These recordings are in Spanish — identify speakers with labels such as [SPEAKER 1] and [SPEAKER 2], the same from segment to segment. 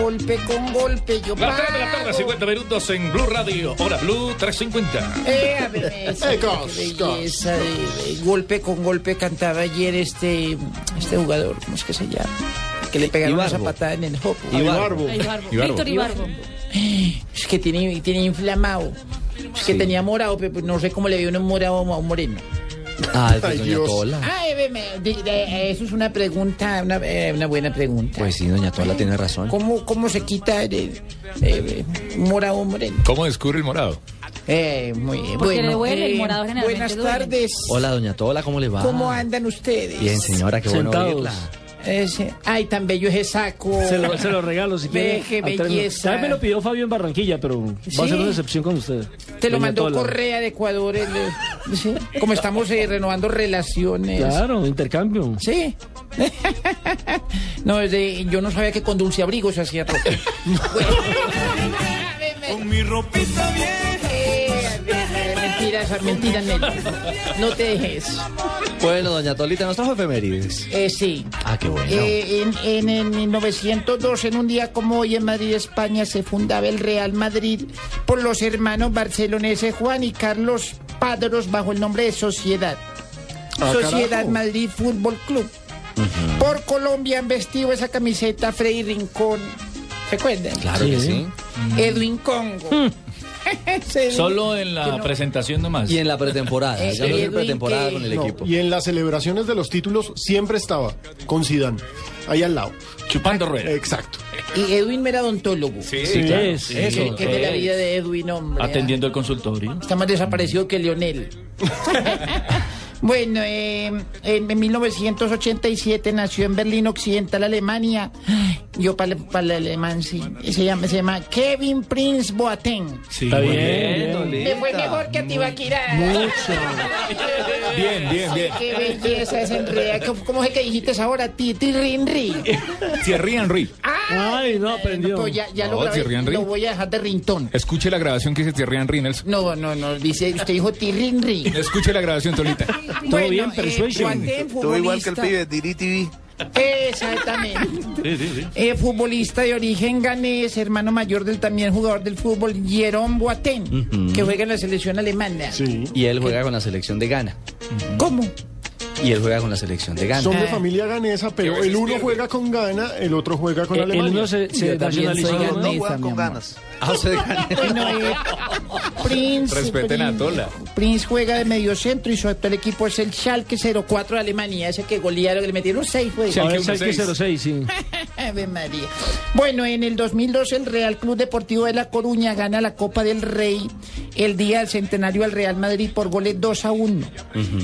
[SPEAKER 1] golpe con golpe yo
[SPEAKER 2] La 3 de la tarde, 50 minutos en Blue Radio. Hora Blue 350.
[SPEAKER 1] Eh, a ver, esa,
[SPEAKER 3] Eh,
[SPEAKER 1] qué
[SPEAKER 3] cos,
[SPEAKER 1] belleza de- de golpe con golpe cantaba ayer este, este jugador, ¿cómo es que se llama? Que le pegaron una
[SPEAKER 4] Ibarbo.
[SPEAKER 1] zapatada en el hopo.
[SPEAKER 4] Ibarbo.
[SPEAKER 5] A Ibarbo.
[SPEAKER 2] Ibarbo.
[SPEAKER 5] Víctor Ibarbo.
[SPEAKER 1] Es que tiene, tiene inflamado. Es que
[SPEAKER 4] Sí.
[SPEAKER 1] tenía morado, pero pues no sé cómo le vio un morado a un moreno.
[SPEAKER 4] Ah, el de
[SPEAKER 3] Ay,
[SPEAKER 4] Doña
[SPEAKER 3] Dios.
[SPEAKER 4] Tola.
[SPEAKER 1] Ah, eh, ve, me- de- de- eso es una pregunta, una, eh, una buena pregunta.
[SPEAKER 4] Pues sí, Doña Tola tiene razón.
[SPEAKER 1] ¿Cómo, cómo se quita el, el- eh, un morado a un moreno?
[SPEAKER 2] ¿Cómo descubre el morado?
[SPEAKER 1] Eh, muy bien.
[SPEAKER 5] Porque
[SPEAKER 1] bueno,
[SPEAKER 5] le duele, el morado generalmente
[SPEAKER 1] Eh, Buenas
[SPEAKER 5] duele.
[SPEAKER 1] tardes.
[SPEAKER 4] Hola, Doña Tola, ¿cómo le va?
[SPEAKER 1] ¿Cómo andan ustedes?
[SPEAKER 4] Bien, señora, qué bueno
[SPEAKER 6] Sentados.
[SPEAKER 4] oírla.
[SPEAKER 1] Ese- ay, tan bello ese saco.
[SPEAKER 6] Se lo, se lo regalo si
[SPEAKER 1] Ve
[SPEAKER 6] quiere.
[SPEAKER 1] qué
[SPEAKER 6] Al término.
[SPEAKER 1] belleza.
[SPEAKER 6] También me lo pidió Fabio en Barranquilla, pero
[SPEAKER 1] Sí.
[SPEAKER 6] va a ser una excepción con usted.
[SPEAKER 1] Te lo
[SPEAKER 6] Doña
[SPEAKER 1] mandó
[SPEAKER 6] Tola.
[SPEAKER 1] Correa de Ecuador. el- el- ¿sí? Como estamos eh, renovando relaciones.
[SPEAKER 6] Claro, intercambio.
[SPEAKER 1] Sí. no, es de- yo no sabía que con dulce abrigo se hacía ropa.
[SPEAKER 7] Con mi ropita vieja.
[SPEAKER 1] Eh, mentiras, mentiras, Nelly. No te dejes.
[SPEAKER 4] Bueno, Doña Tolita, nos trajo efemérides.
[SPEAKER 1] Eh, sí.
[SPEAKER 4] Ah, qué bueno.
[SPEAKER 1] Eh, en, en el 1902, en un día como hoy en Madrid, España, se fundaba el Real Madrid por los hermanos barceloneses Juan y Carlos Padros bajo el nombre de Sociedad.
[SPEAKER 3] Ah,
[SPEAKER 1] Sociedad
[SPEAKER 3] carajo.
[SPEAKER 1] Madrid Fútbol Club. Por Colombia han vestido esa camiseta Freddy Rincón. ¿Recuerdan?
[SPEAKER 4] Claro que sí.
[SPEAKER 1] Edwin Congo. Ese-
[SPEAKER 2] Solo en la
[SPEAKER 1] no.
[SPEAKER 2] presentación nomás.
[SPEAKER 4] Y en la pretemporada.
[SPEAKER 1] Eh,
[SPEAKER 4] Ya no
[SPEAKER 1] eh,
[SPEAKER 4] es pretemporada
[SPEAKER 1] Edwin,
[SPEAKER 4] con el
[SPEAKER 3] No,
[SPEAKER 4] equipo.
[SPEAKER 3] y en las celebraciones de los títulos siempre estaba con Zidane, ahí al lado.
[SPEAKER 2] Chupando ruedas.
[SPEAKER 3] Exacto.
[SPEAKER 1] Y Edwin era odontólogo.
[SPEAKER 6] Sí, claro.
[SPEAKER 1] Que
[SPEAKER 6] Eso,
[SPEAKER 1] que es de la vida de Edwin, hombre. ah.
[SPEAKER 2] Atendiendo el consultorio.
[SPEAKER 1] Está más desaparecido que Leonel. bueno, eh, en 1987 nació en Berlín Occidental, Alemania. Ay, Yo para el alemán, sí. Se llama, se llama Kevin Prince Boateng.
[SPEAKER 2] Sí,
[SPEAKER 6] Está
[SPEAKER 2] muy
[SPEAKER 6] bien.
[SPEAKER 1] Me fue mejor que a Tibaquirá.
[SPEAKER 2] Bien, bien, bien.
[SPEAKER 1] Qué belleza esa enredada. ¿Cómo- ¿Cómo es que dijiste ahora? Titi Rinri.
[SPEAKER 2] Thierry Henry.
[SPEAKER 6] Ay, no aprendió.
[SPEAKER 1] Pues ya, ya
[SPEAKER 2] No,
[SPEAKER 1] lo grabé.
[SPEAKER 2] Thierry Henry.
[SPEAKER 1] Lo voy a dejar de rintón.
[SPEAKER 2] Escuche la grabación que dice Thierry Henry. Nelson.
[SPEAKER 1] No, no, no. Dice, usted dijo Tirrinri.
[SPEAKER 2] Escuche la grabación, Tolita.
[SPEAKER 1] Todo
[SPEAKER 6] bien,
[SPEAKER 1] eh,
[SPEAKER 6] Persuasion.
[SPEAKER 8] Todo igual que el pibe de Diri TV.
[SPEAKER 1] Exactamente. Eh, futbolista de origen ganés, hermano mayor del también jugador del fútbol, Jerome Boateng, que juega en la selección alemana.
[SPEAKER 3] Sí.
[SPEAKER 4] Y él juega con la selección de Ghana.
[SPEAKER 1] ¿Cómo?
[SPEAKER 4] Y él juega con la selección de Ghana.
[SPEAKER 3] Son de
[SPEAKER 1] Ah.
[SPEAKER 3] familia ganesa, pero el uno juega con Ghana, el otro juega con
[SPEAKER 6] Eh,
[SPEAKER 3] Alemania.
[SPEAKER 6] él no se, se
[SPEAKER 1] Yo también
[SPEAKER 6] nacionalizó.
[SPEAKER 1] soy
[SPEAKER 6] ¿no?
[SPEAKER 8] No
[SPEAKER 1] ganés. Esa,
[SPEAKER 8] juegan
[SPEAKER 1] mi amor.
[SPEAKER 8] con ganas.
[SPEAKER 4] Ah, o sea, de Ghana.
[SPEAKER 1] Bueno, eh, Prince,
[SPEAKER 2] Respeten a
[SPEAKER 1] Prince-
[SPEAKER 2] Tola.
[SPEAKER 1] Prince juega de mediocentro y su actual equipo es el Schalke 04 de Alemania, ese que golearon, que le metieron 6, güey.
[SPEAKER 2] Sí.
[SPEAKER 6] Ahora
[SPEAKER 2] Schalke
[SPEAKER 6] es Schalke
[SPEAKER 2] 06.
[SPEAKER 6] 06, sí.
[SPEAKER 1] Ave María. Bueno, en el 2002 el Real Club Deportivo de La Coruña gana la Copa del Rey el día del centenario al Real Madrid por goles 2 a 1.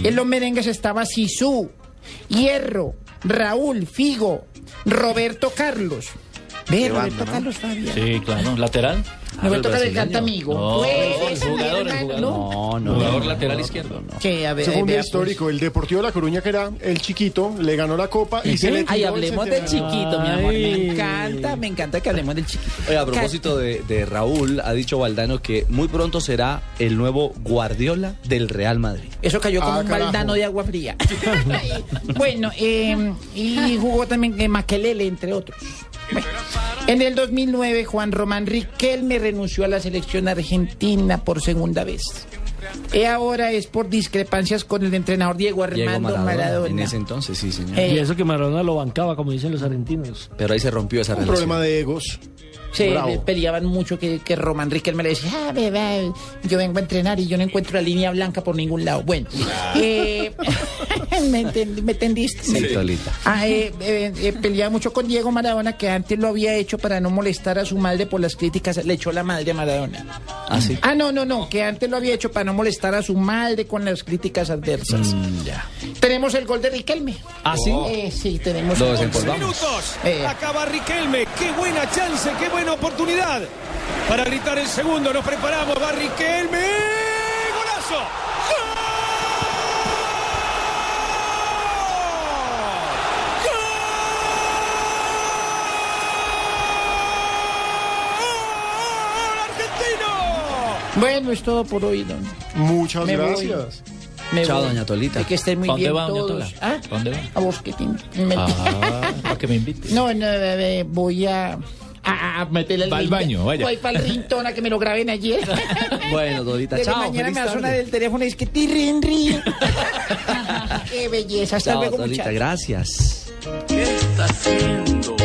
[SPEAKER 1] En los merengues estaba Sisú, Hierro, Raúl, Figo, Roberto Carlos. Ve, Roberto
[SPEAKER 8] banda, ¿no?
[SPEAKER 1] Carlos Fabián.
[SPEAKER 2] Sí, claro. Lateral.
[SPEAKER 1] Roberto
[SPEAKER 4] Ah, pero
[SPEAKER 1] Carlos
[SPEAKER 4] brasileño.
[SPEAKER 1] canta amigo.
[SPEAKER 2] No,
[SPEAKER 1] Pues,
[SPEAKER 2] es jugador, es
[SPEAKER 1] hermano,
[SPEAKER 2] jugador.
[SPEAKER 1] ¿no?
[SPEAKER 4] Ah, No, no.
[SPEAKER 2] Jugador lateral izquierdo.
[SPEAKER 1] Que, a ver,
[SPEAKER 3] Ese fue un
[SPEAKER 1] vea,
[SPEAKER 3] día
[SPEAKER 1] pues.
[SPEAKER 3] histórico. El Deportivo de La Coruña, que era el chiquito, le ganó la copa y se le tiró
[SPEAKER 1] Ay,
[SPEAKER 3] el
[SPEAKER 1] hablemos del
[SPEAKER 3] centenario.
[SPEAKER 1] chiquito, mi amor.
[SPEAKER 6] Ay.
[SPEAKER 1] Me encanta, me encanta que hablemos del chiquito.
[SPEAKER 4] Oye, a propósito de, de Raúl, ha dicho Valdano que muy pronto será el nuevo Guardiola del Real Madrid.
[SPEAKER 1] Eso cayó como
[SPEAKER 3] Ah,
[SPEAKER 1] un
[SPEAKER 3] carajo.
[SPEAKER 1] baldano de agua fría. bueno, eh, y jugó también en Maquelele, entre otros. Bueno, en el 2009, Juan Román Riquelme renunció a la selección argentina por segunda vez. Y ahora es por discrepancias con el entrenador Diego
[SPEAKER 4] Diego
[SPEAKER 1] Armando
[SPEAKER 4] Maradona,
[SPEAKER 1] Maradona.
[SPEAKER 4] En ese entonces, sí, señor.
[SPEAKER 1] Eh,
[SPEAKER 6] Y eso que Maradona lo bancaba, como dicen los argentinos.
[SPEAKER 4] Pero ahí se rompió esa
[SPEAKER 3] Un
[SPEAKER 4] relación.
[SPEAKER 3] problema de egos.
[SPEAKER 1] Se
[SPEAKER 3] Bravo.
[SPEAKER 1] peleaban mucho que, que Román Riquelme le decía, "Ah, bebé, yo vengo a entrenar y yo no encuentro la línea blanca por ningún lado. Bueno, eh, ¿me, entendí- me entendiste?
[SPEAKER 4] Ah. Sí, Tolita.
[SPEAKER 1] Ah, eh, eh, eh, peleaba mucho con Diego Maradona, que antes lo había hecho para no molestar a su madre por las críticas. Le echó la madre a Maradona.
[SPEAKER 4] Ah, sí.
[SPEAKER 1] Ah, no, no, no, que antes lo había hecho para no molestar a su madre con las críticas adversas.
[SPEAKER 4] Mm, ya.
[SPEAKER 1] Tenemos el gol de Riquelme.
[SPEAKER 4] Ah, sí.
[SPEAKER 1] Eh, sí, tenemos
[SPEAKER 4] Lo
[SPEAKER 1] el gol.
[SPEAKER 4] desempolvamos.
[SPEAKER 7] Minutos.
[SPEAKER 1] Eh.
[SPEAKER 7] Acaba Riquelme. Qué buena chance, qué buena oportunidad. Para gritar el segundo, nos preparamos. Va Riquelme. ¡Golazo! ¡Gol! ¡Gol argentino!
[SPEAKER 1] Bueno, es todo por hoy, don.
[SPEAKER 3] Muchas
[SPEAKER 1] Me voy.
[SPEAKER 3] gracias.
[SPEAKER 1] Me
[SPEAKER 4] Chao,
[SPEAKER 1] voy.
[SPEAKER 4] doña Tolita.
[SPEAKER 1] De Que estén muy
[SPEAKER 2] ¿Pa' dónde
[SPEAKER 1] bien
[SPEAKER 2] va, doña
[SPEAKER 1] todos.
[SPEAKER 2] Tola?
[SPEAKER 1] ¿Ah?
[SPEAKER 2] ¿Pa' dónde va?
[SPEAKER 1] A Bosquetín. Me-
[SPEAKER 2] Ah, para que me invite.
[SPEAKER 1] No, no, eh, voy a, a, a meterle el
[SPEAKER 2] Va al
[SPEAKER 1] link.
[SPEAKER 2] baño, vaya.
[SPEAKER 1] Voy para el ringtone a que me lo graben ayer.
[SPEAKER 4] Bueno, Dorita,
[SPEAKER 1] Desde
[SPEAKER 4] chao,
[SPEAKER 1] mañana
[SPEAKER 4] feliz
[SPEAKER 1] me va a
[SPEAKER 4] tarde.
[SPEAKER 1] sonar el teléfono y es que tirrin, rin. Qué belleza. Hasta
[SPEAKER 4] Chao,
[SPEAKER 1] luego,
[SPEAKER 4] Dorita,
[SPEAKER 1] muchachos.
[SPEAKER 4] gracias.
[SPEAKER 5] ¿Qué está haciendo?